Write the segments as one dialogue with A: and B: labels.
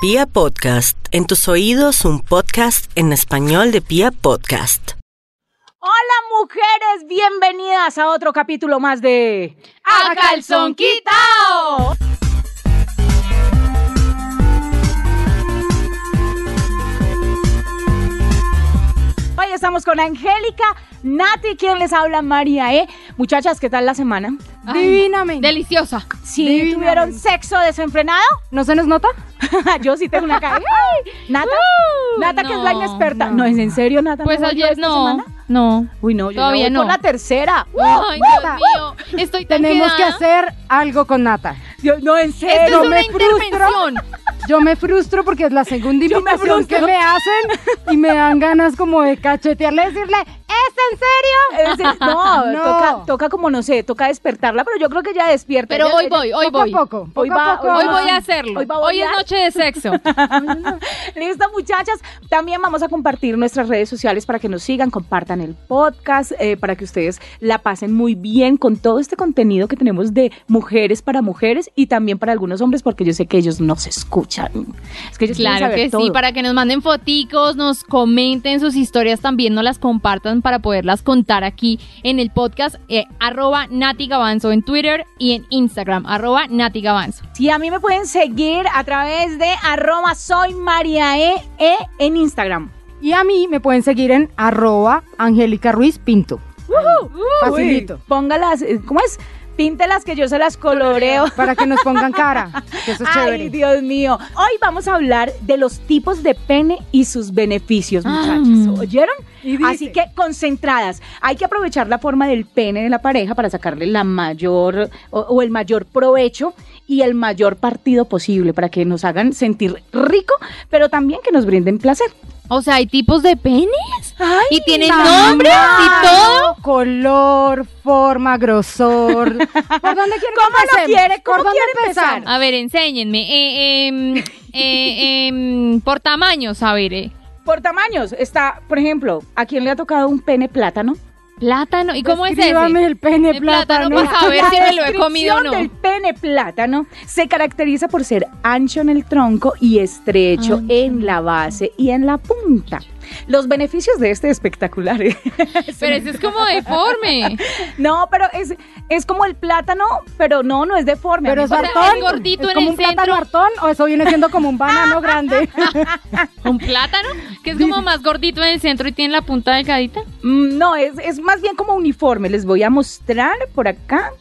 A: Pia Podcast, en tus oídos un podcast en español de Pia Podcast.
B: Hola mujeres, bienvenidas a otro capítulo más de
C: ¡A calzón quitao!
B: Hoy estamos con Angélica, Nati, quien les habla María, ¿eh? Muchachas, ¿qué tal la semana?
C: Ay, Deliciosa.
B: Si
C: Divina,
B: tuvieron sexo desenfrenado,
D: ¿No se nos nota?
B: yo sí tengo una cara. ¡Ay! Nata, Nata que es la
C: Uh, no,
B: inexperta. No,
D: no.
B: ¿es en serio, Nata?
C: Pues
B: ¿No volvió
C: ayer
B: esta
C: no.
B: semana?
C: No.
B: Uy, no, yo ya
C: Todavía
B: voy
C: no.
B: por la tercera. ¡Uh!
C: Ay,
B: ¡Nata!
C: Dios mío. Estoy tan
D: Tenemos que
C: quedada.
D: hacer algo con Nata.
B: Dios, no, en
C: Esto es
B: serio.
C: una
D: me frustro.
C: intervención.
D: Yo me frustro porque es la segunda
B: Yo me
D: invitación que
B: frustro.
D: me hacen y me dan ganas como de cachetearle, decirle, ¿es en serio?
B: Es en- no,
D: No.
B: Toca, toca como no sé, toca despertarla, pero yo creo que ya despierta.
C: Pero
B: Ella-
C: hoy voy, hoy
D: poco
C: voy.
D: a poco, poco
B: Hoy
D: a
B: va-
D: poco.
B: hoy
C: Hoy
B: va-
C: voy a hacerlo.
B: Hoy va a
C: Hoy es
B: bailar.
C: noche de sexo.
B: Listo, muchachas. También vamos a compartir nuestras redes sociales para que nos sigan, compartan el podcast, eh, para que ustedes la pasen muy bien con todo este contenido que tenemos de mujeres para mujeres y también para algunos hombres, porque yo sé que ellos nos escuchan. Es que ellos quieren
C: Claro
B: saber
C: que sí,
B: todo.
C: para que nos manden foticos, nos comenten sus historias también, nos las compartan para poderlas contar aquí en el podcast, eh, arroba Nati Gavanzo en Twitter y en Instagram, arroba Nati Gavanzo.
B: Y a mí me pueden seguir a través de arroba soy Mariae E en Instagram.
D: Y a mí me pueden seguir en arroba Angélica Ruiz Pinto. Facilito.
B: Uy, póngalas, eh, ¿cómo es? Píntelas que yo se las coloreo.
D: Para que nos pongan cara. que eso es
B: Ay,
D: chévere.
B: Dios mío. Hoy vamos a hablar de los tipos de pene y sus beneficios,
C: Ah.
B: muchachos. ¿Oyeron?
D: Y dice-
B: Así que concentradas. Hay que aprovechar la forma del pene de la pareja para sacarle la mayor o, o el mayor provecho y el mayor partido posible para que nos hagan sentir rico, pero también que nos brinden placer.
C: O sea, hay tipos de penes
B: Ay,
C: y tienen
D: Tamaño,
C: nombres y todo.
D: Color, forma, grosor. ¿Por dónde quiere
B: ¿Cómo lo
D: que empecemos?
B: quiere?
D: ¿Por
B: ¿Cómo
D: dónde
B: quiere empezar?
D: empezar?
C: A ver, enséñenme. Eh, em, eh, em, por tamaños, a ver. eh.
B: por tamaños está, por ejemplo, ¿a quién le ha tocado un pene plátano?
C: Plátano. ¿Y cómo es ese?
D: Escríbame el pene
C: El plátano,
D: plátano.
C: por A ver
B: La
C: si me lo he comido o
B: descripción
C: no.
B: del pene plátano se caracteriza por ser ancho en el tronco y estrecho
C: Ancho.
B: en la base y en la punta. Los beneficios de este espectacular. ¿eh?
C: Pero ese es como deforme.
B: No, pero es, es como el plátano, pero no, no es deforme.
D: Pero
B: A
D: es
B: mí-
C: sea,
D: hartón.
C: el gordito
D: ¿Es
C: en
D: como
C: el
D: un plátano
C: centro.
D: hartón o eso viene siendo como un banano grande.
C: Un plátano, que es como más gordito en el centro y tiene la punta delgadita.
B: Mm, no, es, es más bien como uniforme. Les voy a mostrar por acá.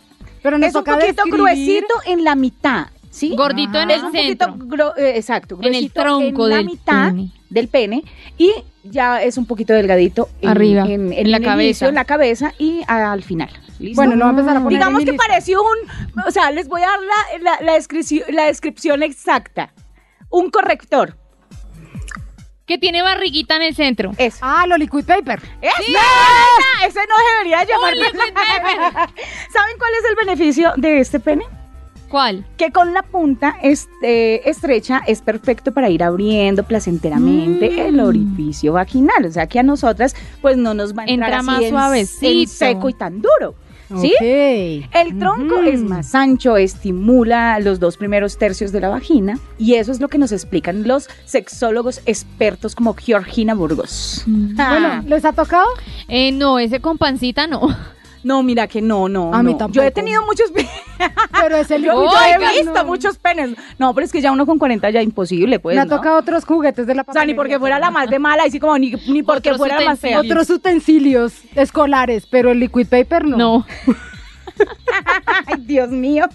D: Pero nos
B: Es un
D: toca
B: poquito
D: describir-
B: gruesito en la mitad, ¿sí? Ah,
C: Gordito en
B: es
C: el
B: un poquito
C: centro.
B: gro- eh, exacto,
C: En el
B: gruesito
C: tronco
B: en la
C: del
B: mitad
C: pene.
B: del pene y ya es un poquito delgadito en,
C: Arriba,
B: en,
C: en la
B: el
C: cabeza.
B: inicio, en la cabeza y a- al final. ¿Listo?
D: Bueno, no va a empezar a poner
B: digamos
D: en
B: que
D: mi lista.
B: pareció un, o sea, les voy a dar la, la- la descripción, la descripción exacta, un corrector,
C: Que tiene barriguita en el centro.
B: eso.
D: Ah, lo liquid paper.
B: ¡Es- ¡Esa! Ese no debería llamar.
C: liquid paper.
B: ¿Saben cuál es el beneficio de este pene?
C: ¿Cuál?
B: que con la punta este, estrecha es perfecto para ir abriendo placenteramente
C: Mm.
B: el orificio vaginal. O sea que a nosotras pues no nos va a entrar
C: Entra
B: así
C: más
B: en-
C: suavecito.
B: en seco y tan duro. ¿Sí?
D: Ok.
B: El tronco
D: Ujú.
B: es más ancho, estimula los dos primeros tercios de la vagina y eso es lo que nos explican los sexólogos expertos como Georgina Burgos.
D: Bueno,
B: Ah.
D: ¿les ha tocado?
C: Eh, no, ese con pancita no.
B: No, mira que no, no.
D: A
B: no.
D: mí
B: Yo
D: tampoco.
B: he tenido muchos pe-
D: Pero es el
B: yo, yo
D: Oiga,
B: he visto
D: no.
B: muchos penes. No, pero es que ya uno con 40 ya imposible, pues.
D: Le ha
B: ¿no?
D: tocado otros juguetes de la
B: O sea, ni porque
D: papelería.
B: fuera la más de mala, así como ni, ni porque
C: Otros
B: fuera la más fea.
C: utensilios.
D: Otros utensilios escolares, pero el liquid paper no.
C: No.
B: Ay, Dios mío.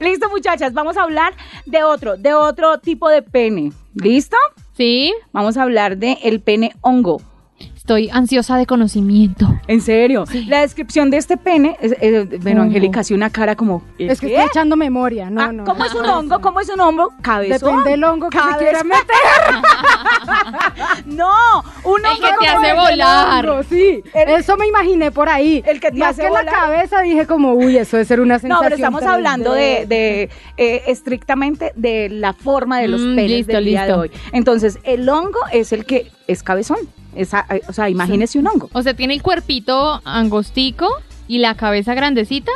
B: Listo, muchachas, vamos a hablar de otro, de otro tipo de pene. ¿Listo?
C: Sí,
B: Vamos a hablar de el pene hongo.
C: estoy ansiosa de conocimiento.
B: En serio. La descripción de este pene, es, eh, bueno,
C: Hongo.
B: Angélica hace una cara como.
D: Es que
B: ¿qué?
D: estoy echando memoria. No,
B: Ah,
D: no.
B: ¿Cómo
D: no.
B: es un hongo? ¿Cómo es un hongo? Cabezón.
D: Depende del hongo que se
B: Cabezón.
D: quiera meter.
B: No, un
C: El
B: hongo.
C: que te
B: no
C: hace
B: es-
C: volar.
D: hongo, sí.
B: El-
D: eso me imaginé por ahí.
B: El que te
D: Más
B: hace
D: que
B: volar.
D: la cabeza dije como, uy, eso debe ser una sensación.
B: No, pero estamos
D: tremenda.
B: hablando de, de, eh, estrictamente de la forma de los
C: Mm,
B: penes
C: listo,
B: del día de
C: listo.
B: hoy. Entonces, el hongo es el que es cabezón. Esa- eh, o sea, imagínese un hongo.
C: O sea, tiene el cuerpito angostico y la cabeza grandecita.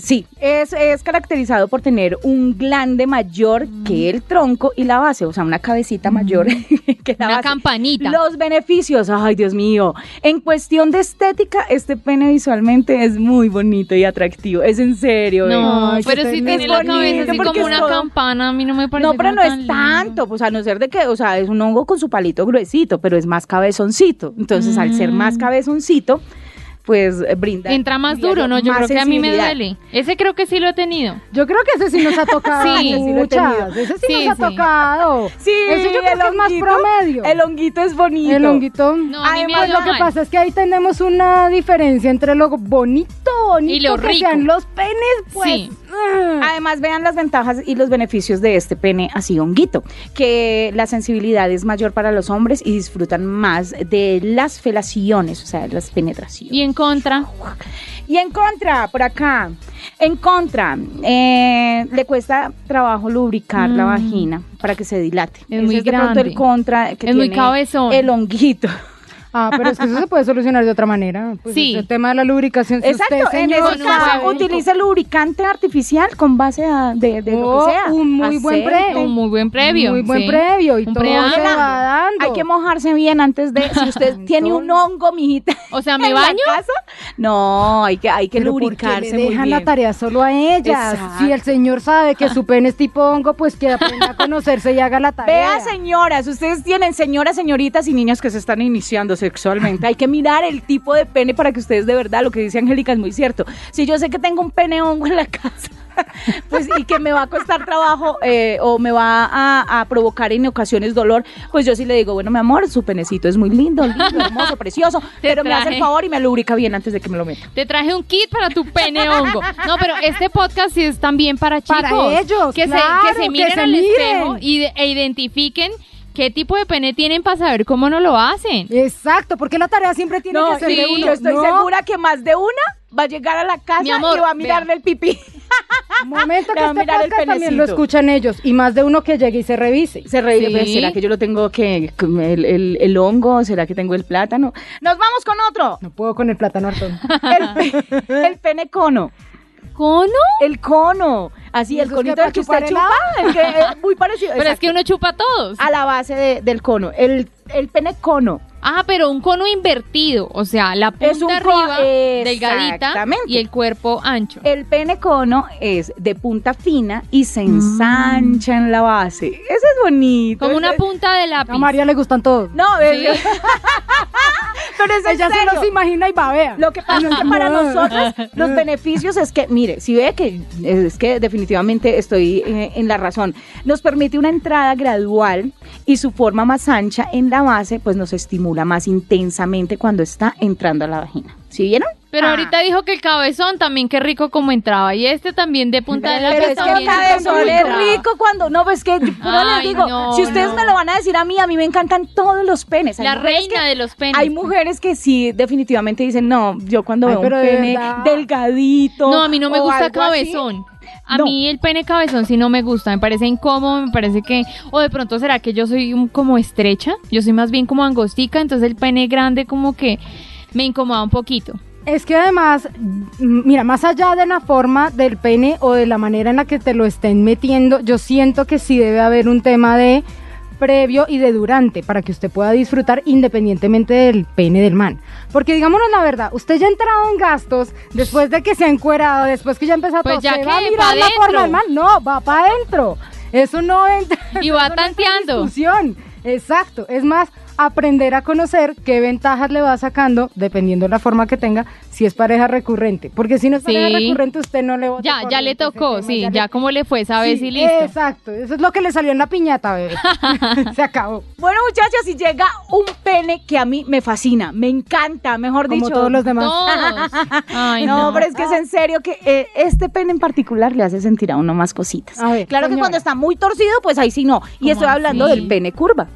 B: Sí, es, es caracterizado por tener un glande mayor
C: Mm.
B: que el tronco y la base, o sea, una cabecita mayor que la
C: Una
B: base.
C: campanita.
B: Los beneficios, ay Dios mío. En cuestión de estética, este pene visualmente es muy bonito y atractivo. Es en serio. ¿eh?
C: No,
D: Ay, qué
C: pero sí
D: pena.
C: tiene
B: Es
C: la
B: bonito,
C: cabeza así
B: porque
C: como
B: es
C: una
B: todo-
C: campana, a mí no me parece
B: No, pero
C: como
B: no
C: tan
B: es tanto,
C: lindo.
B: pues a no ser de que, o sea, es un hongo con su palito gruesito, pero es más cabezoncito. Entonces, al ser más
C: Mm.
B: cabezoncito, pues eh, brinda.
C: Entra más
B: diría
C: duro, ¿no? Yo
B: más
C: creo que a mí me
B: sensibilidad.
C: duele. Ese creo que sí lo he tenido.
D: Yo creo que ese sí nos ha tocado
C: Sí.
D: sí, muchas. Ese sí,
C: Sí,
D: nos ha
C: sí.
D: tocado.
B: Sí,
D: Eso yo creo
B: el
D: que es más
B: honguito,
D: promedio.
B: El honguito es bonito.
D: El honguito.
C: No, a mí me ha
D: Pues
C: ido
D: lo que
C: mal.
D: pasa es que ahí tenemos una diferencia entre lo bonito, bonito
C: Y lo
D: que
C: rico.
D: sean los penes, pues.
C: Sí.
D: ah,
B: Además, vean las ventajas y los beneficios de este pene así honguito, que la sensibilidad es mayor para los hombres y disfrutan más de las felaciones, o sea, de las penetraciones.
C: Y en contra,
B: Y en contra, por acá, en contra, eh, le cuesta trabajo lubricar la
C: Mm.
B: vagina para que se dilate. Ese
C: muy
B: de pronto
C: grande.
B: el contra que
C: es muy
B: tiene
C: cabezón.
B: el honguito.
D: Ah, pero es que eso se puede solucionar de otra manera. Pues
C: Sí.
D: El tema de la lubricación. si
B: Exacto,
D: usted,
B: en
D: señor,
B: ese
C: con un
B: caso
C: huevo.
B: utiliza lubricante artificial con base a- de, de lo
D: Oh,
B: que sea.
D: un muy buen
B: aceite.
D: pre-
C: un muy buen previo.
D: Muy buen
C: sí.
D: previo y
C: Un
D: todo se
C: preámbulo.
D: va dando.
B: Hay que mojarse bien antes de, si usted tiene un hongo, mijita,
C: O sea,
B: en
C: ¿me
B: la
C: baño?
B: casa, no, hay que, hay que
D: Pero ¿por qué
B: lubricarse
D: le
B: muy
D: dejan la
B: bien.
D: tarea solo a ellas.
B: Exacto.
D: Si el señor sabe que su pene es tipo hongo, pues que aprenda a conocerse y haga la tarea.
B: Vea, señoras, ustedes tienen señoras, señoritas y niñas que se están iniciando sexualmente. Hay que mirar el tipo de pene para que ustedes de verdad, lo que dice Angélica es muy cierto. Si yo sé que tengo un pene hongo en la casa, pues y que me va a costar trabajo eh, o me va a, a provocar en ocasiones dolor, pues yo sí le digo, bueno, mi amor, su penecito es muy lindo, lindo, hermoso, precioso, pero me hace el
C: traje.
B: favor y me lubrica bien antes de que me lo meta.
C: Te traje un kit para tu pene hongo. No, pero este podcast sí es también para chicos.
D: Para ellos,
C: que
D: claro,
C: se, que se
D: que
C: miren
D: se
C: al
D: miren.
C: espejo y de- e identifiquen qué tipo de pene tienen para saber cómo no lo hacen.
D: Exacto, porque la tarea siempre tiene que ser
C: sí,
D: de uno.
B: yo estoy
D: No,
B: segura que más de una va a llegar a la casa
C: Mi amor,
B: y va a mirarle el pipí.
D: Momento
B: Le
D: que
B: va a
D: este
B: mirar el
D: podcast también lo
B: penecito.
D: escuchan ellos y más de uno que llegue y se revise.
B: Se reí,
C: Sí.
B: pero ¿será que yo lo tengo que, que el, el- el hongo? ¿Será que tengo el plátano? Nos vamos con otro.
D: No puedo con el plátano hartón.
B: El, pe- el pene cono.
C: ¿Cono?
B: El cono. Así,
D: ¿Y
B: el
D: eso es
B: conito
D: que
B: del que
D: para
B: usted
D: chupar
B: chupa. el que es muy parecido.
C: Pero es
B: exacto, Ah.
C: que uno chupa a todos.
B: A la base de- del cono. El, el pene cono.
C: Ah, pero un cono invertido. O sea, la punta
B: Es un co-
C: arriba, delgadita,
B: Exactamente.
C: y el cuerpo ancho.
B: El pene cono es de punta fina y se
C: Mm.
B: ensancha en la base. Eso es bonito.
C: Como
B: eso
C: una
B: es-
C: punta de lápiz.
D: A María le gustan todos.
B: No, es- pero es en
D: Ella se
B: serio.
D: los imagina y babea.
B: Lo que pasa es que para nosotros los beneficios es que, mire, si ve que es que definitivamente estoy eh, en la razón, nos permite una entrada gradual y su forma más ancha en la base, pues nos estimula más intensamente cuando está entrando a la vagina. ¿Sí vieron?
C: Pero
B: Ah.
C: ahorita dijo que el cabezón también, qué rico como entraba. Y este también de punta de lápiz
B: Pero es que el
C: también
B: cabezón
C: cómo
B: es
C: entraba.
B: rico cuando. No, pues que yo puro les
C: Ay,
B: digo,
C: no,
B: si ustedes
C: no.
B: me lo van a decir a mí, a mí me encantan todos los penes. Hay
C: La
B: mujeres
C: reina
B: que-
C: de los penes.
B: Hay mujeres que sí, definitivamente dicen, no, yo cuando
D: Ay,
B: veo
D: pero
B: un
D: de
B: pene
D: verdad.
B: delgadito.
C: No, a mí no me
B: o
C: gusta
B: algo así,
C: cabezón. A
B: No.
C: mí el pene cabezón sí no me gusta, me parece incómodo, me parece que... O de pronto será que yo soy un- como estrecha, yo soy más bien como angostica, entonces el pene grande como que me incomoda un poquito.
D: Es que además, mm, mira, más allá de la forma del pene o de la manera en la que te lo estén metiendo, yo siento que sí debe haber un tema de previo y de durante para que usted pueda disfrutar independientemente del pene del man. Porque digámonos la verdad, usted ya ha entrado en gastos después de que se ha encuerado, después que ya empezó a
C: Pues ya
D: toser, va a
C: que,
D: mirar
C: pa'
D: la forma
C: dentro.
D: del man. No, va para adentro. Eso no entra.
C: Y va
D: eso no entra en
C: tanteando.
D: discusión. Exacto. Es más, aprender a conocer qué ventajas le va sacando, dependiendo de la forma que tenga, si es pareja recurrente. Porque si no es
C: Sí.
D: pareja recurrente, usted no le vota.
C: Ya,
D: por
C: ya
D: el-
C: le
D: ese
C: tocó,
D: tema,
C: sí,
D: le-
C: ya como le fue esa vez
D: Sí,
C: y listo.
D: Exacto. Eso es lo que le salió en la piñata, bebé. Se acabó.
B: Bueno, muchachas, si llega un pene que a mí me fascina, me encanta, mejor
D: Como
B: dicho.
D: todos los demás.
C: Todos. Ay,
B: no,
C: no,
B: pero es que es en serio que eh, este pene en particular le hace sentir a uno más cositas.
D: A ver,
B: claro que
D: señora.
B: cuando está muy torcido, pues ahí sí no. Y
C: ¿Cómo
B: estoy hablando
C: así?
B: del pene curva.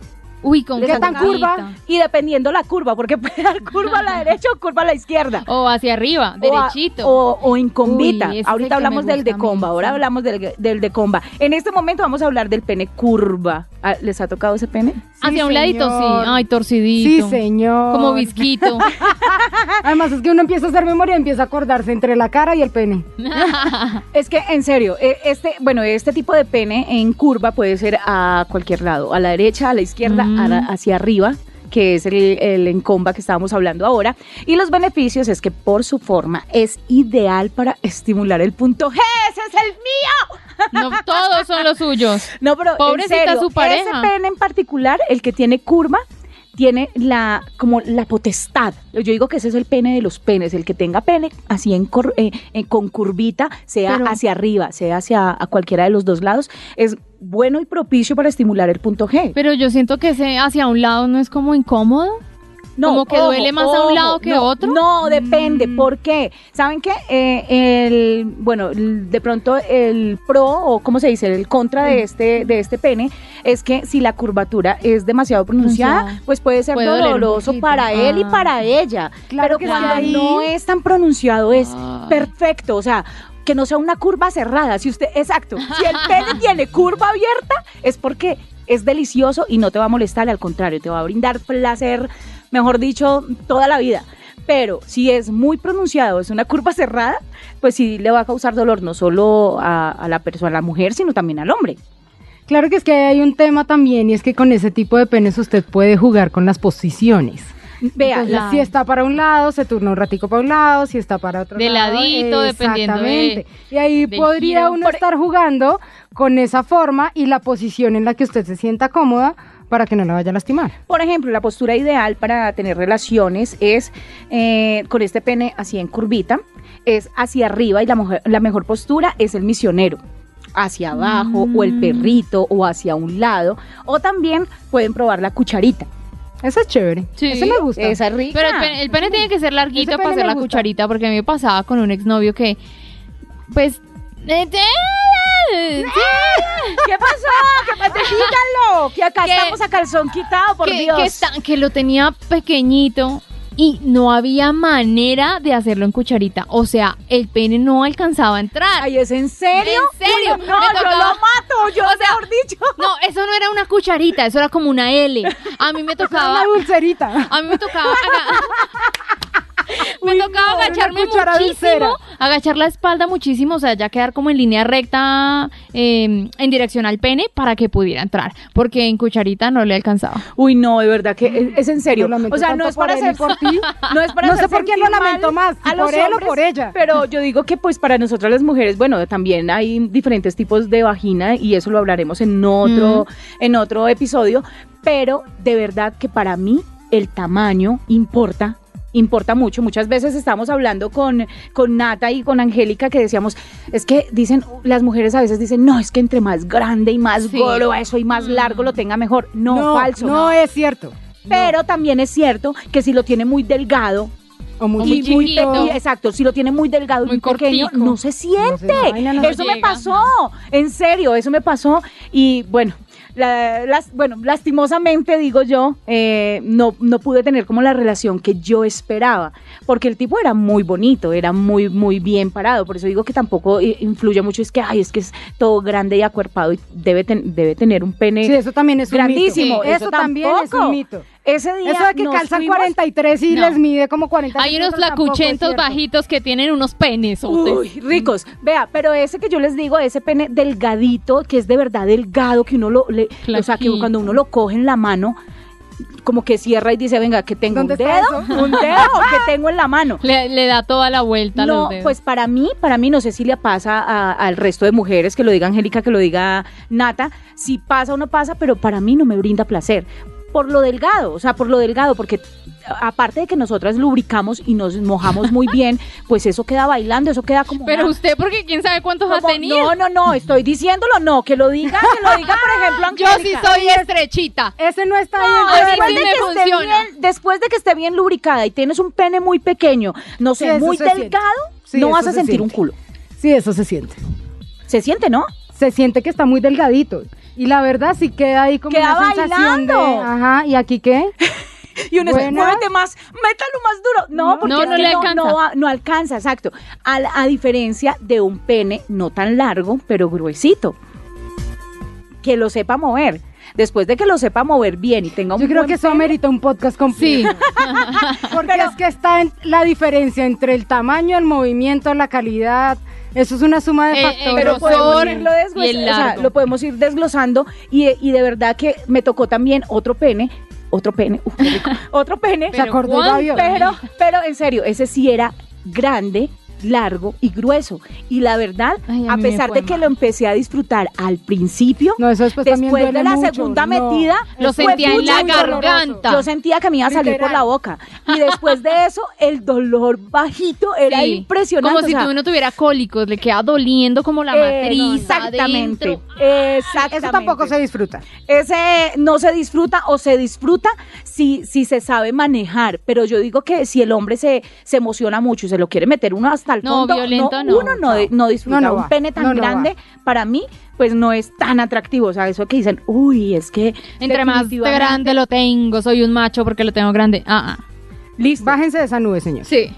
C: Uy, con
D: ¿Qué tan curva?
C: cosita.
B: Y dependiendo la curva, porque puede dar curva a la derecha o curva a la izquierda.
C: O hacia arriba,
B: O a-
C: derechito.
B: O, o en combita.
C: Uy, ese es el que
B: Ahorita hablamos
C: me
B: del
C: gusta
B: de
C: a mí,
B: comba, ahora
C: sí.
B: hablamos del, del de comba. En este momento vamos a hablar del pene curva. Ah, ¿Les ha tocado ese pene?
C: Hacia un ladito, sí.
D: señor.
C: Ay, torcidito.
D: Sí, señor. Ah,
C: Como bizquito.
D: Además, es que uno empieza a hacer memoria y empieza a acordarse entre la cara y el pene.
B: Es que, en serio, eh, este, bueno, este tipo de pene en curva puede ser a cualquier lado, a la derecha, a la izquierda,
C: Mm.
B: a la- hacia arriba que es el, el encomba que estábamos hablando ahora. Y los beneficios es que por su forma es ideal para estimular el punto G. ¡Ese es el mío!
C: No todos son los suyos.
B: No, pero en
C: Pobrecita
B: serio,
C: su pareja.
B: Ese pene en particular, el que tiene curva, tiene la como la potestad. Yo digo que ese es el pene de los penes, el que tenga pene así en, cor- eh, eh, con curvita, sea
D: Pero-
B: hacia arriba, sea hacia a cualquiera de los dos lados, es bueno y propicio para estimular el punto G.
C: Pero yo siento que ese hacia un lado no es como incómodo. ¿Como que duele más a un lado que
B: no,
C: otro?
B: No, depende.
D: Mm.
B: ¿Por qué? ¿Saben qué? Eh, el, bueno, el- de pronto el pro o cómo se dice, el contra de este, de este pene es que si la curvatura es demasiado pronunciada,
C: Pronunciada.
B: pues puede ser
C: Puede doler un
B: doloroso
C: poquito.
B: para él y
C: Ah.
B: para ella. Pero
D: Claro que sí,
B: cuando
D: ahí-
B: no es tan pronunciado es
C: Ay.
B: perfecto. O sea, que no sea una curva cerrada. Si usted, exacto, si el pene tiene curva abierta, es porque es delicioso y no te va a molestar, al contrario, te va a brindar placer, mejor dicho, toda la vida. Pero si es muy pronunciado, es una curva cerrada, pues sí le va a causar dolor no solo a, a la persona, a la mujer, sino también al hombre.
D: Claro que es que hay un tema también y es que con ese tipo de penes usted puede jugar con las posiciones.
B: Vea,
D: Entonces,
C: la-
D: si está para un lado, se turna un ratico para un lado, si está para otro
C: De
D: lado.
C: ladito, dependiendo de-
D: Exactamente. Y ahí
C: del
D: podría
C: giro. e-
D: uno estar jugando con esa forma y la posición en la que usted se sienta cómoda para que no la vaya a lastimar.
B: Por ejemplo, la postura ideal para tener relaciones es eh, con este pene así en curvita, es hacia arriba y la, mujer- la mejor postura es el misionero, hacia abajo o
C: Mm.
B: el perrito o hacia un lado o también pueden probar la cucharita.
D: Eso es chévere.
C: Sí.
D: Eso me gusta.
B: Esa es rica.
C: Pero el pene, el pene tiene que ser larguito
D: Ese
C: para
D: pene
C: hacer
D: me
C: la
D: gusta.
C: cucharita, porque a mí me pasaba con un exnovio que, pues... eh, eh,
B: ¿Qué pasó? ¿Qué pasó? Díganlo, que acá
C: Que-
B: estamos a calzón quitado, por
C: que,
B: Dios.
C: que está- que lo tenía pequeñito y no había manera de hacerlo en cucharita. O sea, el pene no alcanzaba a entrar.
B: Ay, ¿es en serio?
C: ¿En serio?
B: No,
C: Me
B: yo
C: tocaba-
B: lo mato, yo
C: O sea,
B: mejor dicho.
C: No, eso no era una cucharita, eso era como una L. A mí me tocaba...
D: Una dulcerita.
C: A mí me tocaba... aga- Me
D: Uy,
C: tocaba
D: no, era una
C: agacharme
D: cuchara dulcera.
C: muchísimo, agachar la espalda muchísimo, o sea, ya quedar como en línea recta eh, en dirección al pene para que pudiera entrar, porque en cucharita no le alcanzaba.
B: Uy, no, de verdad que es, es en serio.
D: Lo lamento
B: o sea, no
D: tanto
B: es para
D: por él y
B: hacer
D: por ti.
B: No es para
D: No
B: hacer
D: sé por quién
B: sentir
D: lo lamento
B: mal
D: más, si por él o por ella.
B: Pero yo digo que pues para nosotras las mujeres, bueno, también hay diferentes tipos de vagina y eso lo hablaremos en otro en otro episodio, pero de verdad que para mí el tamaño importa importa mucho. Muchas veces estamos hablando con, con Nata y con Angélica que decíamos, es que dicen, las mujeres a veces dicen, no, es que entre más grande y más
C: Sí.
B: grueso y más largo
D: Mm.
B: lo tenga mejor. No, falso.
D: No es cierto.
B: Pero también es cierto que si lo tiene muy delgado,
D: O muy
C: muy
B: y muy
C: chiquito.
B: pe- y exacto, si lo tiene muy delgado
C: Muy
B: y muy pequeño,
C: cortico.
B: no se siente.
D: No se- ay, no, no, no
B: eso me
C: llega.
B: pasó, en serio, eso me pasó. Y bueno, la- las- bueno lastimosamente digo yo, eh, no, no pude tener como la relación que yo esperaba, porque el tipo era muy bonito, era muy, muy bien parado. Por eso digo que tampoco eh, influye mucho, es que, ay, es que es todo grande y acuerpado y debe, ten- debe tener un pene.
D: Sí, eso también es un
B: Grandísimo,
D: mito.
B: eso
D: Eso también es
B: tampoco.
D: un mito.
B: Ese día
D: Eso de que
B: nos
D: calzan
B: fuimos-
D: 43 y
C: No.
D: les mide como 40
C: Hay unos
D: centímetros, tampoco es
C: flacuchentos
D: cierto.
C: bajitos que tienen unos penes. otes.
B: Uy, ricos. Vea, pero ese que yo les digo, ese pene delgadito, que es de verdad delgado, que uno lo, le- o sea, que
C: Flaquito.
B: cuando uno lo coge en la mano, como que cierra y dice, venga, que tengo un
D: ¿Dónde
B: dedo,
D: está eso?
B: un dedo que tengo en la mano.
C: Le, le da toda la vuelta a
B: No,
C: los dedos.
B: pues para mí, para mí, no sé si le pasa a- al resto de mujeres, que lo diga Angélica, que lo diga Nata, si pasa o no pasa, pero para mí no me brinda placer. Por lo delgado, o sea, por lo delgado, porque aparte de que nosotras lubricamos y nos mojamos muy bien, pues eso queda bailando, eso queda como...
C: Pero
B: una-
C: usted, porque quién sabe cuántos ha
B: como,
C: tenido.
B: No, no, no, estoy diciéndolo, no, que lo diga, que lo diga, por ejemplo,
C: Yo
B: Angélica.
C: sí soy estrechita.
D: Ese no está
B: No,
D: bien.
C: a mí
B: después,
C: sí
B: de
C: me
B: que esté
C: funciona.
B: bien, después de que esté bien lubricada y tienes un pene muy pequeño, no
D: Sí,
B: sé,
D: eso
B: muy
D: se
B: delgado,
D: Sí,
B: no
D: eso
B: vas a
D: se
B: sentir
D: siente.
B: un culo.
D: Sí, eso se siente.
B: Se siente, ¿no?
D: Se siente que está muy delgadito. Y la verdad sí queda ahí como
B: Queda
D: una sensación de,
B: bailando.
D: ajá, ¿y aquí qué?
B: Y uno dice,
D: Buena.
B: muévete más, métalo más duro. No,
D: No,
B: porque
C: no,
B: es
C: no
B: que
C: le
B: no,
C: alcanza.
B: no a- no alcanza, exacto. A, la- a diferencia de un pene no tan largo, pero gruesito. que lo sepa mover. Después de que lo sepa mover bien y tenga un
D: Yo creo
B: buen
D: que eso
B: pene,
D: amerita un podcast completo. Porque
B: Pero-
D: es que está en la diferencia entre el tamaño, el movimiento, la calidad. Eso es una suma de
C: Eh, eh,
D: factores.
B: pero podemos
C: grosor
B: irlo, desglos-
C: y el
B: o sea,
C: largo.
B: lo podemos ir desglosando y de, y de verdad que me tocó también otro pene, otro pene, uf, qué rico, otro pene,
D: ¿Se acordó,
C: ¿cuánto?
D: Fabio?
B: pero, pero en serio, ese sí era grande, largo y grueso. Y la verdad,
C: Ay, a
B: a
C: mí me
B: pesar
C: fue
B: de que
C: mal. pues
B: lo empecé a disfrutar al principio,
D: No, eso después, también
B: después de
D: duele
B: la
D: mucho,
B: segunda
D: no.
B: metida,
C: Lo
B: fue
C: sentía en
B: mucho
C: la
B: muy doloroso.
C: garganta.
B: Yo sentía que me iba a salir por
D: Literal.
B: la boca. Y después de eso, el dolor bajito era
C: Sí.
B: impresionante.
C: Como
B: o
C: si
B: sea,
C: tú no tuviera cólicos, le queda doliendo como la
B: eh,
C: matriz.
B: Exactamente.
C: adentro.
B: Exactamente.
D: Eso tampoco se disfruta.
B: Ese no se disfruta o se disfruta si, si se sabe manejar. Pero yo digo que si el hombre se, se emociona mucho y se lo quiere meter uno hasta el
C: No,
B: fondo,
C: violento no,
B: uno no, de- no disfruta.
D: No, no
B: un
D: va.
B: pene tan
D: No, no
B: grande para mí, pues no es tan atractivo. O sea, eso que dicen, uy, es que.
C: Entre más
B: definitivamente-
C: grande lo tengo, soy un macho porque lo tengo grande. Ah, ah.
B: Listo.
D: Bájense de esa nube, señor.
C: Sí.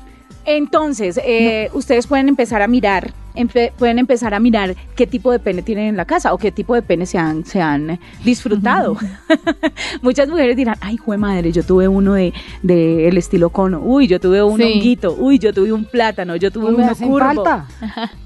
B: Entonces, eh, ustedes pueden empezar a mirar, empe- pueden empezar a mirar qué tipo de pene tienen en la casa o qué tipo de pene se han, se han eh, disfrutado. Muchas mujeres dirán, ay, jue madre, yo tuve uno de, de el estilo cono, uy, yo tuve un
C: Sí.
B: honguito, uy, yo tuve un plátano, yo tuve
D: No me
B: uno
D: hacen
B: curvo.
D: falta.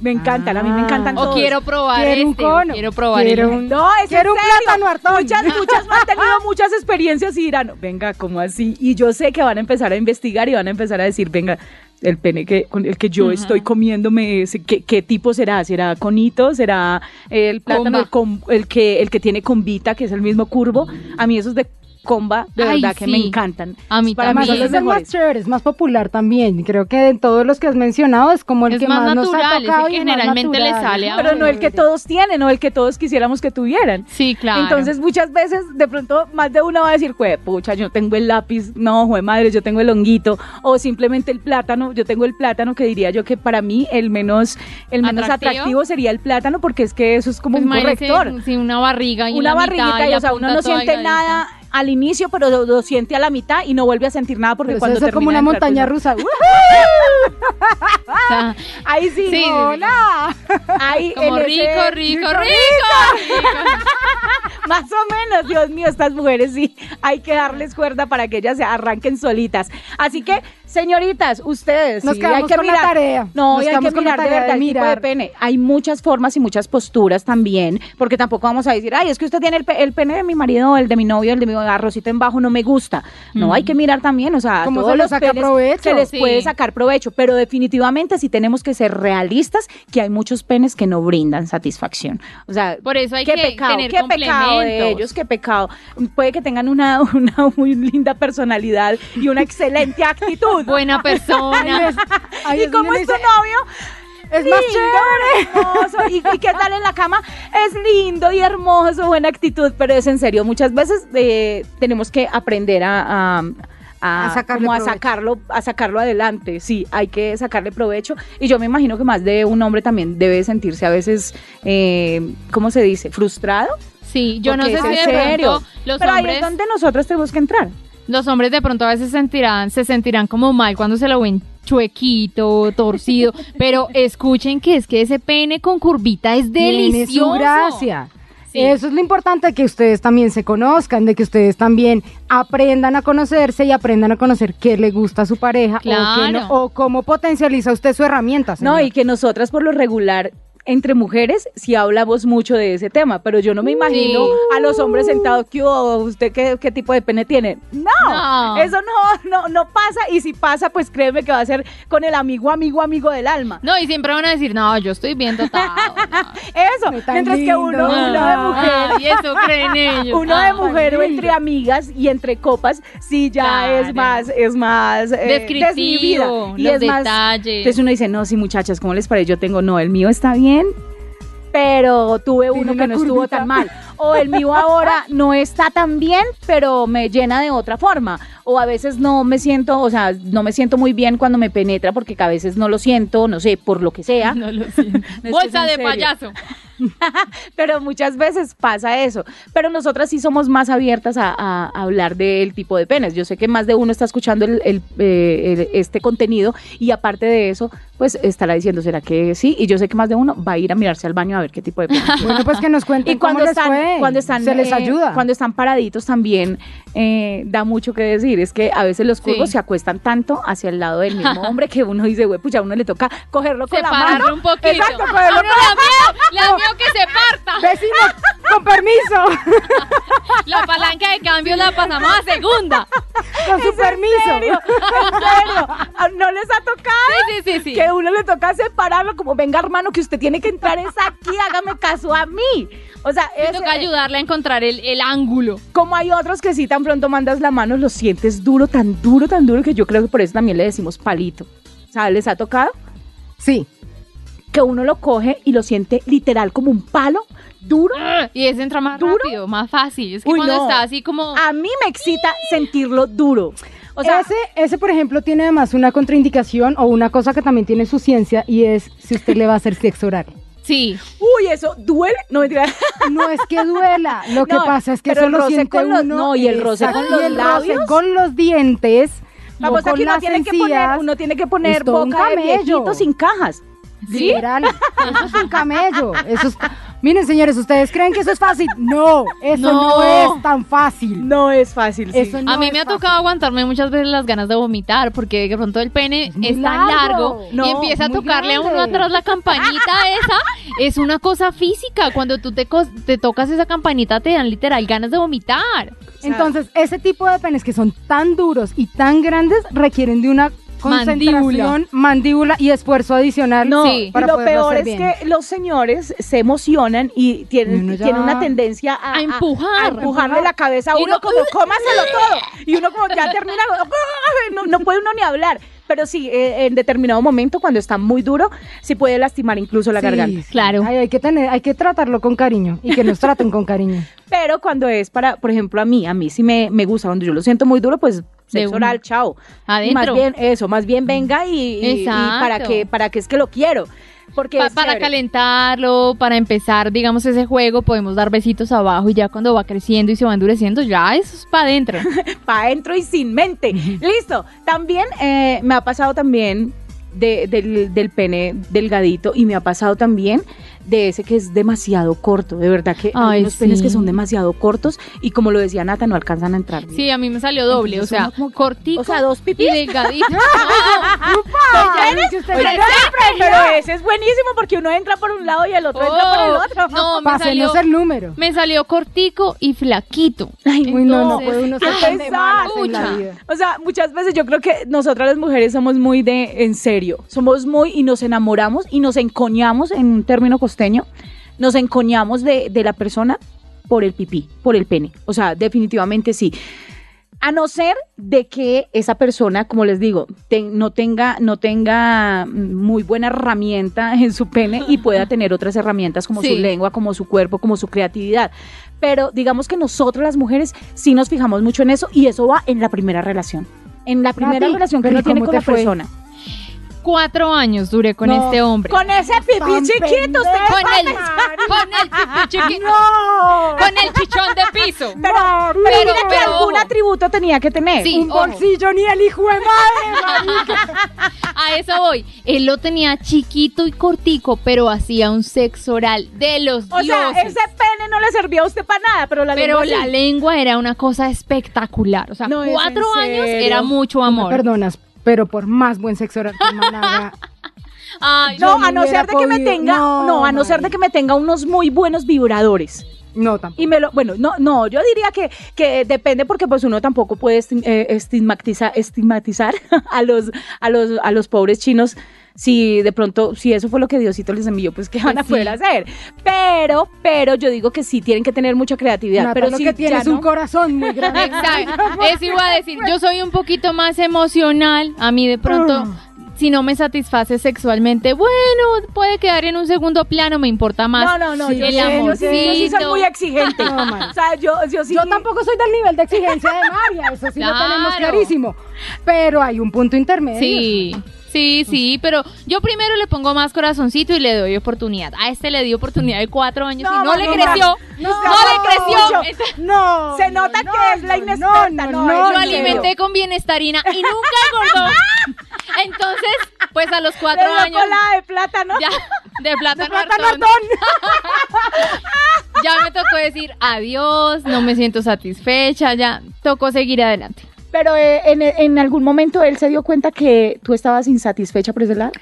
B: Me encantan, a mí me
D: Ah.
B: encantan
C: O
B: todos.
C: quiero probar
D: Quiero un
C: este,
D: cono.
C: quiero probar este.
D: Quiero
C: el-
D: un-
B: No, es en
D: Quiero un
B: serio.
D: plátano hartón.
B: Muchas,
C: Mm.
B: muchas han tenido muchas experiencias y dirán, venga, ¿cómo así? Y yo sé que van a empezar a investigar y van a empezar a decir, venga, el pene que, con el que yo estoy comiéndome, ese, ¿qué, qué tipo será? ¿Será conito? ¿Será el plátano,
C: Comba.
B: el, com- el que, el que tiene combita, que es el mismo curvo? A mí esos de comba, de
C: Ay,
B: verdad, que me
C: sí.
B: encantan.
C: A mí
B: Para mí
D: Además,
B: son
C: también.
B: los
D: es el más
B: mejores.
D: chévere, es más popular también. Creo que de todos los que has mencionado es como el
C: Es
D: que
C: más
D: más, nos ha
C: natural, es el
D: tocado.
C: que
D: y más
C: generalmente le
D: natural.
C: sale a
B: Pero no el que todos tienen o el que todos quisiéramos que tuvieran.
C: Sí, claro.
B: Entonces muchas veces de pronto más de una va a decir, "Jue, pucha, yo tengo el lápiz, no, jue madre, yo tengo el honguito, o simplemente el plátano, yo tengo el plátano que diría yo que para mí el menos, el menos
C: ¿Atractivo?
B: atractivo, sería el plátano porque es que eso es como
C: Pues
B: un
C: imagínese,
B: corrector,
C: sí, una barriga y
B: una
C: la mitad,
B: barriguita, y,
C: la
B: o sea, uno
C: punta
B: no
C: toda
B: siente
C: delgadita.
B: nada al inicio, pero lo, lo siente a la mitad y no vuelve a sentir nada porque
D: Pero
B: cuando
D: eso es como
B: termina
D: una
B: de entrar,
D: montaña
B: pues,
D: rusa. ¡Uh!
C: O sea,
B: no. Ahí sí,
C: Sí, sí, sí.
B: hola. Ahí
C: como
B: Ah, en
C: rico,
B: ese-
C: rico, rico, rico.
B: Más o menos, Dios mío, estas mujeres sí hay que darles cuerda para que ellas se arranquen solitas. Así que, señoritas, ustedes,
D: Nos
B: sí, hay
D: quedamos
B: que
D: con la
B: mirar.
D: tarea.
B: No,
D: Nos
B: y hay que
D: quedamos con la
B: mirar de
D: tarea de
B: verdad el tipo de
D: mirar.
B: pene. Hay muchas formas y muchas posturas también, porque tampoco vamos a decir, ay, es que usted tiene el, pe- el pene de mi marido, el de mi novio, el de mi arrocito en bajo, no me gusta. No, hay que mirar también, o sea, a
D: Mm. ¿Cómo
B: todos
D: se le
B: los
D: saca
B: penes
D: provecho?
B: se les
C: Sí.
B: puede sacar provecho, pero definitivamente sí tenemos que ser realistas que hay muchos penes que no brindan satisfacción. O sea,
C: Por eso hay
B: qué
C: que
B: pecado,
C: tener
B: qué pecado de
C: complementos.
B: ellos, qué pecado. Puede que tengan una, una muy linda personalidad y una excelente actitud.
C: Buena persona.
D: Ahí
B: ¿Y
D: es donde
B: cómo
D: uno
B: es tu
D: dice,
B: novio?
D: Es más
B: Lindo,
D: chévere.
B: hermoso. ¿Y, y qué tal en la cama? Es lindo y hermoso, buena actitud, pero es en serio. Muchas veces eh, tenemos que aprender a... a- a-
D: A sacarle
B: como a
D: provecho.
B: sacarlo a sacarlo adelante sí hay que sacarle provecho y yo me imagino que más de un hombre también debe sentirse a veces eh, cómo se dice frustrado
C: Sí, yo no
B: Porque
C: sé
B: es
C: si
B: en
C: de
B: serio.
C: pronto los
B: pero ahí
C: hombres,
B: es donde nosotros tenemos que entrar
C: los hombres de pronto a veces sentirán, se sentirán como mal cuando se lo ven chuequito, torcido, pero escuchen que es que ese pene con curvita es
D: Tiene
C: delicioso.
D: su gracia.
C: Sí.
D: Eso es lo importante, que ustedes también se conozcan, de que ustedes también aprendan a conocerse y aprendan a conocer qué le gusta a su pareja o, qué
C: Claro.
D: no, o cómo potencializa usted su herramienta.
B: No,
D: señor.
B: y que nosotras por lo regular entre mujeres sí hablamos mucho de ese tema, pero yo no me imagino
C: Sí.
B: a los hombres sentados que "Oh, usted qué, qué tipo de pene tiene. No,
C: No.
B: eso no, no, no pasa y si pasa, pues créeme que va a ser con el amigo, amigo, amigo del alma.
C: No, y siempre van a decir, no, yo estoy bien dotado. no".
B: Eso,
D: Ay, tan
B: mientras que
D: lindo.
B: uno, uno de
D: Ah.
B: mujer.
C: Ah, y eso creen ellos.
B: Uno de
C: Ah.
B: mujer o entre amigas y entre copas, sí ya
C: Claro.
B: es más, es más eh,
C: Descriptivo,
B: desvivida. Y
C: los
B: es más-
C: detalles.
B: entonces uno dice, no, sí, muchachas, ¿cómo les parece? Yo tengo, no, el mío está bien, pero tuve uno
D: una
B: que no estuvo
D: curvita.
B: tan mal. O el mío ahora no está tan bien, pero me llena de otra forma. O a veces no me siento, o sea, no me siento muy bien cuando me penetra porque a veces no lo siento, no sé, por lo que sea.
C: No lo sé.
B: que
C: Bolsa
B: es
C: de
B: en serio.
C: payaso.
B: Pero muchas veces pasa eso. Pero nosotras sí somos más abiertas a, a- a hablar del tipo de penes. Yo sé que más de uno está escuchando el- el, eh, el- este contenido y aparte de eso, pues estará diciendo, ¿será que sí? Y yo sé que más de uno va a ir a mirarse al baño a ver qué tipo de... película.
D: Bueno, pues que nos cuenten
B: Y cuando
D: cómo
B: están,
D: les fue.
B: cuando están,
D: se les
B: eh,
D: ayuda.
B: Cuando están paraditos también eh, da mucho que decir. Es que a veces los curvos
C: Sí.
B: se acuestan tanto hacia el lado del mismo hombre que uno dice, güey, pucha, a uno le toca cogerlo con la
C: Separarlo
B: mano.
C: un poquito.
B: Exacto,
C: Ah,
B: cogerlo
C: no,
B: con la
C: la miedo, la miedo que se parta.
D: Vecinos, con permiso,
C: La palanca de cambio la pasamos a segunda.
D: con su permiso.
B: serio? ¿En serio? ¿Ah, ¿No les ha tocado?
C: Sí, sí, sí.
B: Que a uno le toca separarlo, como venga hermano, que usted tiene que entrar es aquí, hágame caso a mí. O sea,
C: Me
B: es,
C: toca ayudarle a encontrar el, el ángulo.
B: Como hay otros que sí, tan pronto mandas la mano, lo sientes duro, tan duro, tan duro, que yo creo que por eso también le decimos palito. O sea, ¿les ha tocado?
D: Sí,
B: Que uno lo coge y lo siente literal como un palo duro.
C: Y ese entra más
B: ¿Duro?
C: rápido, más fácil. Es que
B: Uy,
C: cuando
B: no. Ah,
C: está así como.
B: A mí me excita sentirlo duro. O sea,
D: ese, ese, por ejemplo, tiene además una contraindicación o una cosa que también tiene su ciencia y es si usted le va a hacer sexo oral.
C: Sí.
B: uy, eso duele. No mentira.
D: No es que duela, lo que
B: No,
D: pasa es que
B: pero el
D: solo
B: roce
D: siente
B: con los-
D: uno.
B: no, y el roce
D: Exacto,
B: con
D: y
B: los
D: el roce
B: labios.
D: con los dientes.
B: Vamos,
D: con
B: aquí uno
D: las
B: tiene, que poner,
D: encías,
B: uno tiene que poner
D: es todo un
B: boca de
D: camello.
B: viejito sin cajas.
C: ¿Sí?
D: Literal, eso es un camello. Eso es- Miren, señores, ¿ustedes creen que eso es fácil? No, eso no,
C: No.
D: es tan fácil.
B: No es fácil. sí.
D: Eso no
C: a mí
D: es
C: me ha
D: fácil.
C: tocado aguantarme muchas veces las ganas de vomitar porque de pronto el pene es,
D: muy
C: tan largo,
D: largo.
B: No,
C: y empieza a
D: muy
C: tocarle a uno
D: grande.
C: atrás la campanita esa. Es una cosa física. Cuando tú te, cos- te tocas esa campanita te dan literal ganas de vomitar.
D: Entonces, ese tipo de penes que son tan duros y tan grandes requieren de una
C: Mandíbula.
D: concentración, mandíbula, y esfuerzo adicional.
B: No,
C: Sí.
D: para
B: y lo
D: poderlo
B: peor es
D: hacer bien.
B: que los señores se emocionan y
D: Y
B: tienen,
D: uno ya-
B: tienen una tendencia a,
C: A empujar.
B: a empujarle la cabeza a
C: Y
B: uno
C: uno-
B: como cómaselo todo. Y uno como ya termina, no, no puede uno ni hablar. Pero sí, eh, en determinado momento, cuando está muy duro, sí puede lastimar incluso la
D: Sí,
B: garganta.
D: sí.
C: Claro.
D: Ay, hay que tener, hay que tratarlo con cariño y que nos traten con cariño.
B: Pero cuando es para, por ejemplo, a mí, a mí sí me, me gusta, cuando yo lo siento muy duro, pues sexo
C: una.
B: oral, chao.
C: Adentro.
B: Más bien eso, más bien venga y, y- y para
C: Exacto.
B: que para que es que lo quiero. Porque
C: Pa-
B: es
C: para
B: chévere.
C: calentarlo, para empezar, digamos, ese juego, podemos dar besitos abajo y ya cuando va creciendo y se va endureciendo, ya eso es para adentro.
B: para adentro y sin mente. Listo. También eh, me ha pasado también de- del, del pene delgadito y me ha pasado también de ese que es demasiado corto. De verdad que
C: Ay,
B: hay unos penes
C: sí.
B: que son demasiado cortos y como lo decía Nata, no alcanzan a entrar. bien.
C: Sí, a mí me salió doble,
B: Entonces
C: o sea,
B: uno como que-
C: cortico
B: O sea, dos Ah,
C: y
B: pipis.
C: delgadito.
D: Ay, ya, si usted-
B: Pero,
C: ¡ah,
B: pero ese es buenísimo porque uno entra por un lado y el otro entra por el
C: Oh,
B: otro.
C: no, me salió,
D: Pásenos el número.
C: me salió cortico y flaquito.
D: Uy, no, no
C: entonces,
D: puede uno
B: qué
D: ser tan de malas en la
C: pesar.
D: vida.
B: Ah, O sea, muchas veces yo creo que nosotras las mujeres somos muy de en serio, somos muy y nos enamoramos y nos encoñamos en un término costeño, nos encoñamos de, de la persona por el pipí, por el pene. O sea, definitivamente sí. A no ser de que esa persona, como les digo, te- no, tenga, no tenga mm, muy buena herramienta en su pene y pueda tener otras herramientas como
C: Sí.
B: su lengua, como su cuerpo, como su creatividad. Pero digamos que nosotras las mujeres sí nos fijamos mucho en eso y eso va en la primera relación. En la primera
D: Nati,
B: relación que
D: pero
B: uno
D: ¿y
B: tiene
D: cómo
B: con
D: te
B: la
D: fue?
B: persona.
C: Cuatro años duré con
D: No.
C: este hombre.
B: Con ese pipí
D: Tan
B: chiquito, usted Ah,
D: pendejo.
C: Con el, con el pipi chiqui-
D: No,
C: con el chichón de piso.
B: pero, pero,
C: pero-
B: mira que
C: pero
B: algún
C: ojo.
B: atributo tenía que tener.
C: Sí,
D: un
C: ojo.
D: bolsillo ni el hijo de madre.
C: A eso voy. Él lo tenía chiquito y cortico, pero hacía un sexo oral de los
B: O sea,
C: dioses.
B: ese pene no le servía a usted para nada, pero la
C: pero
B: lengua
C: la
B: sí.
C: lengua era una cosa espectacular. O sea,
B: No, es en
C: cuatro años
B: serio.
C: era mucho
D: Me
C: amor.
D: perdonas, pero por más buen sexo oral que man haga,
C: Ay,
B: No,
D: Yo no
B: a no
D: hubiera
B: ser de que me
D: podido.
B: tenga, no,
D: No,
B: a no ser de
D: Mari.
B: que me tenga unos muy buenos vibradores.
D: no tampoco.
B: Y me lo, bueno, no, no, yo diría que, que depende porque pues uno tampoco puede esti- eh, estigmatiza- estigmatizar a los, a los, a los pobres chinos si de pronto, si eso fue lo que Diosito les envió, pues qué van a
C: Pues sí.
B: poder hacer. Pero, pero yo digo que sí tienen que tener mucha creatividad.
D: Nata,
B: pero
D: lo
B: sí,
D: que tienes
B: ya
D: un
B: no.
D: corazón muy grande.
C: Exacto. Eso iba a decir. Yo soy un poquito más emocional. A mí de pronto, si no me satisface sexualmente, bueno, puede quedar en un segundo plano, me importa
B: No,
C: más.
B: no, no,
D: Sí,
B: yo,
C: el
B: sí, yo sí, yo sí soy
C: amorcito.
B: muy exigente.
D: No, Mari.
B: o sea, yo, yo sí.
D: Yo tampoco soy del nivel de exigencia de María, eso sí lo
C: Claro.
D: tenemos clarísimo. Pero hay un punto intermedio.
C: Sí. Sí, sí, pero yo primero le pongo más corazoncito y le doy oportunidad. A este le di oportunidad de cuatro años y no le
D: Marica,
C: creció.
D: No,
C: No le creció. Entonces,
D: No.
B: Se nota
D: no,
B: que es la
D: no,
B: inexperta, no,
D: no,
B: yo
D: en
C: Lo
D: serio.
C: alimenté con bienestarina y nunca engordó. Entonces, pues a los
B: Le
C: cuatro
B: dio
C: años.
B: cola de plátano.
C: Ya, de plátano,
B: de plátano
C: hartón.
B: hartón.
C: Ya me tocó decir adiós, no me siento satisfecha, ya tocó seguir adelante.
B: Pero eh, en, en algún momento él se dio cuenta que tú estabas insatisfecha por ese lado.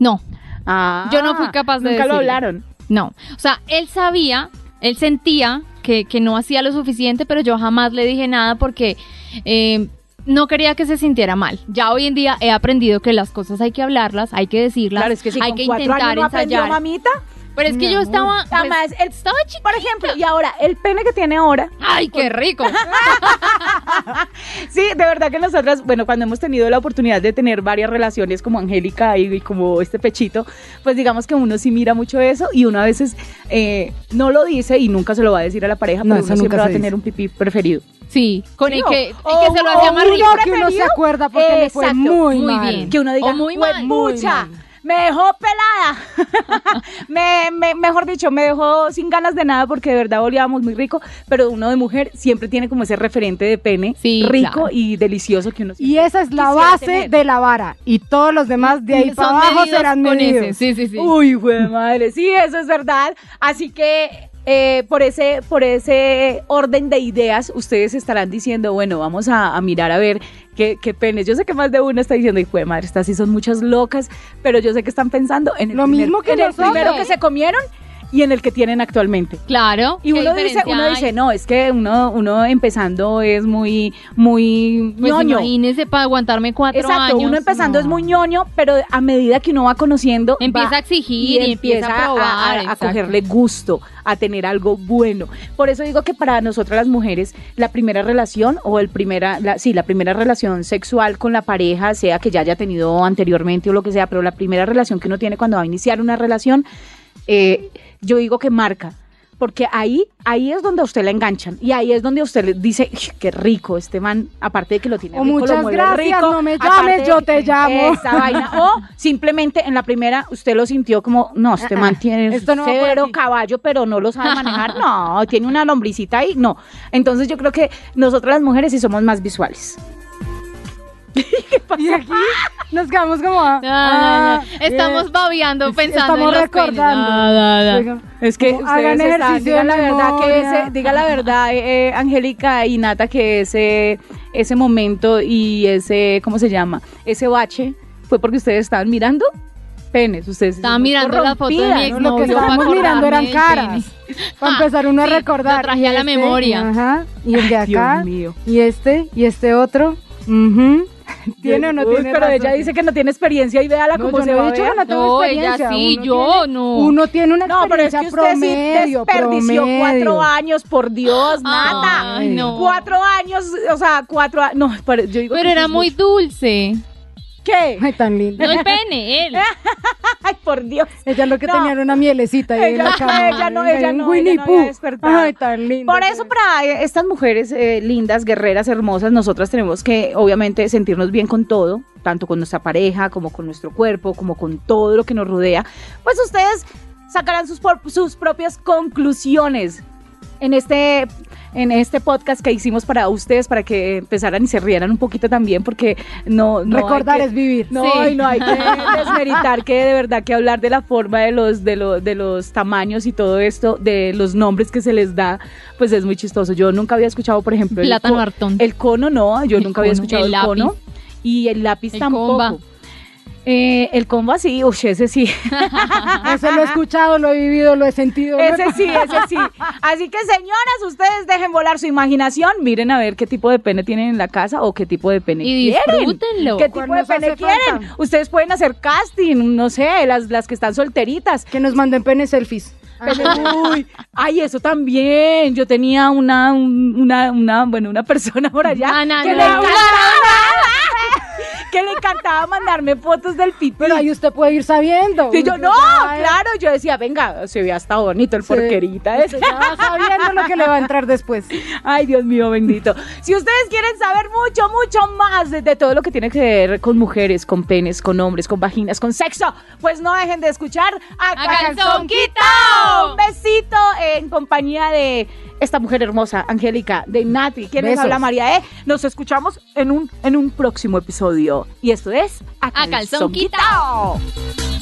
C: No,
B: Ah,
C: Yo no fui capaz de
B: Nunca lo
C: decirle.
B: hablaron.
C: no. O sea, él sabía, él sentía que, que no hacía lo suficiente, pero yo jamás le dije nada porque eh, no quería que se sintiera mal. Ya hoy en día he aprendido que las cosas hay que hablarlas, hay que decirlas,
B: Claro, es que si
C: hay
B: con
C: que
B: cuatro
C: intentar
B: años no aprendió,
C: ensayar.
B: mamita.
C: Pero es que yo estaba... pues,
B: Además, el-
C: estaba chiquita.
B: Por ejemplo, y ahora, el pene que tiene ahora,
C: ¡Ay, qué rico!
B: Sí, de verdad que nosotras, bueno, cuando hemos tenido la oportunidad de tener varias relaciones como Angélica y, y como este pechito, pues digamos que uno sí mira mucho eso y uno a veces eh, no lo dice y nunca se lo va a decir a la pareja,
D: No,
B: pero
D: eso
B: uno siempre
D: nunca
B: va a
D: se
B: tener un pipí preferido.
C: Sí, con
B: Sí,
C: el
B: o-
C: que, el que
B: o-
C: se lo
B: o
C: hacía más
B: uno
C: rico.
D: que uno se
B: preferido?
D: acuerda porque le fue
B: Exacto,
D: muy,
C: muy
D: mal.
C: bien.
B: Que uno diga,
C: O muy
B: "Jue
C: mal, muy
B: mucha,
D: mal".
B: me dejó pelada. me, me- mejor dicho, me dejó sin ganas de nada porque de verdad olíamos muy rico, pero uno de mujer siempre tiene como ese referente de pene
C: Sí,
B: rico
C: claro.
B: y delicioso que uno
D: Y esa es la
B: Quisiera
D: base
B: tener.
D: de la vara. Y todos los demás de ahí
C: Son
D: para abajo
C: medidos
D: serán
C: con ese,
D: medidos.
C: Sí, sí, sí.
B: Uy, güey, madre, sí, eso es verdad. Así que eh, por ese, por ese orden de ideas, ustedes estarán diciendo, bueno, vamos a, a mirar a ver qué, qué penes. Yo sé que más de uno está diciendo, hijo de madre, estas sí son muchas locas, pero yo sé que están pensando en el,
D: Lo
B: primer-
D: mismo que
B: en el
D: nosotros.
B: primero que se comieron y en el que tienen actualmente.
C: Claro.
B: Y
C: ¿qué
B: uno dice,
C: diferencia
B: uno
C: hay?
B: dice, no, es que uno, uno empezando es muy, muy
C: Pues
B: ñoño.
C: imagínese para aguantarme cuatro
B: Exacto,
C: años.
B: uno empezando
C: no.
B: es muy ñoño, pero a medida que uno va conociendo,
C: Empieza
B: va-
C: a exigir y, empieza
B: a-
C: a probar.
B: a,
C: exacto.
B: cogerle gusto, a tener algo bueno. Por eso digo que para nosotras las mujeres, la primera relación o el primera, la, sí, la primera relación sexual con la pareja, sea que ya haya tenido anteriormente o lo que sea, pero la primera relación que uno tiene cuando va a iniciar una relación, eh, yo digo que marca. Porque ahí, ahí es donde a usted la enganchan y ahí es donde usted le dice, "Uy, qué rico este man, aparte de que lo tiene
D: O
B: rico, lo
D: muchas
B: mueve
D: gracias,
B: rico,
D: no me
B: aparte
D: llames,
B: de
D: yo
B: que-
D: te llamo.
B: Esa vaina. O simplemente en la primera usted lo sintió como, no, este
D: Ah, ah,
B: man tiene
D: esto no va por
B: severo
D: aquí.
B: caballo, pero no lo sabe manejar. No, tiene una lombricita ahí. No. Entonces yo creo que nosotras las mujeres sí somos más visuales.
D: Y aquí nos quedamos como. ah,
C: No, no, no.
D: ah,
C: Estamos
D: bien.
C: babeando pensando
D: Estamos
C: en los Ah, penes.
D: recordando.
C: No, no, no.
D: Oiga,
B: Es que
D: Como hagan
B: ustedes están-
D: ejercicio de
B: digan la verdad que
D: memoria.
B: ese, diga la verdad, eh, eh, Angélica y Nata, que ese, ese momento y ese, ¿cómo se llama? Ese bache fue porque ustedes estaban mirando penes. Ustedes
C: Estaba
B: son muy
C: mirando la foto de mi
B: corrompidas.
C: ex
D: Lo que estábamos mirando eran caras. Para empezar uno a
C: Ah, sí,
D: recordar.
C: lo traje a la
D: Este,
C: memoria.
D: Ajá. Y el de acá.
B: Dios mío.
D: Y este. Y este otro. ujú. ¿Tiene o no
B: Uy,
D: tiene
B: Pero
D: razón?
B: ella dice que no tiene experiencia y véala
D: No,
B: como
D: yo
B: se
D: no he
B: va a
D: dicho
B: ver.
D: que no tengo
C: No, ella
D: experiencia.
C: sí,
D: uno
C: yo
D: tiene-
C: no.
D: Uno tiene una
B: No, pero es
D: experiencia
B: que usted
D: promedio,
B: sí desperdició
D: promedio.
B: cuatro años, por Dios, nada.
C: Ay, no.
B: Cuatro años, o sea, cuatro años. No, pero yo digo que
C: Pero
B: eso
C: era
B: es
C: muy
B: mucho.
C: dulce.
B: ¿Qué?
D: Ay, tan lindo.
C: No el pene, él.
B: Ay, por Dios.
D: Ella lo que
B: No.
D: tenía era una mielecita ahí en
B: Ella-
D: la cama.
B: ella no,
D: venga,
B: ella
D: un
B: no,
D: Winnie
B: ella no había
D: Pooh.
B: despertado.
D: Ay, tan lindo.
B: Por eso, para eh, estas mujeres eh, lindas, guerreras, hermosas, nosotras tenemos que, obviamente, sentirnos bien con todo, tanto con nuestra pareja, como con nuestro cuerpo, como con todo lo que nos rodea. Pues ustedes sacarán sus, por- sus propias conclusiones en este, en este podcast que hicimos para ustedes, para que empezaran y se rieran un poquito también, porque no... no hay
D: Recordar
B: que-
D: es vivir.
B: no,
C: Sí.
B: y no hay que desmeritar que de verdad que hablar de la forma de los, de, lo- de los tamaños y todo esto, de los nombres que se les da, pues es muy chistoso. Yo nunca había escuchado, por ejemplo, el,
C: Plátano
B: co-
C: hartón.
B: el cono, no, yo
C: El
B: nunca había
C: cono,
B: escuchado
C: el
B: el, cono
C: lápiz.
B: y el lápiz
C: El
B: tampoco.
C: comba.
B: Eh, el comba sí, uy, ese sí,
D: Eso lo he escuchado, lo he vivido, lo he sentido. lo he-
B: ese sí, ese sí. Así que señoras, ustedes dejen volar su imaginación, miren a ver qué tipo de pene tienen en la casa o qué tipo de pene
C: Y
B: quieren.
C: disfrútenlo.
B: ¿Qué tipo de
D: Cuernos
B: pene
D: hace
B: quieren?
D: falta.
B: Ustedes pueden hacer casting, no sé, las, las que están solteritas.
D: Que nos manden pene selfies.
B: Pene- uy, ay, eso también. Yo tenía una, un- una, una, bueno, una persona por allá
C: Ah, no,
B: que,
C: no,
B: le
C: no.
B: encantaba, que le encantaba mandarme fotos del pipí.
D: Pero ahí usted puede ir sabiendo.
B: y yo,
D: Usted
B: no,
D: ya-
B: claro, yo decía, venga, se ve hasta bonito el
D: Sí.
B: porquerita ese.
D: usted ya va sabiendo lo que le va a entrar después.
B: Ay, Dios mío, bendito. Si ustedes quieren saber mucho, mucho más de, de todo lo que tiene que ver con mujeres, con penes, con hombres, con vaginas, con sexo, pues no dejen de escuchar a,
C: ¡A calzón
B: Calzón
C: quitao!
B: Un besito en compañía de esta mujer hermosa, Angélica, de Nati, quien les
D: Besos.
B: habla María E. Nos escuchamos en un, en un próximo episodio. Y esto es
C: A calzón quitao.
B: quitao.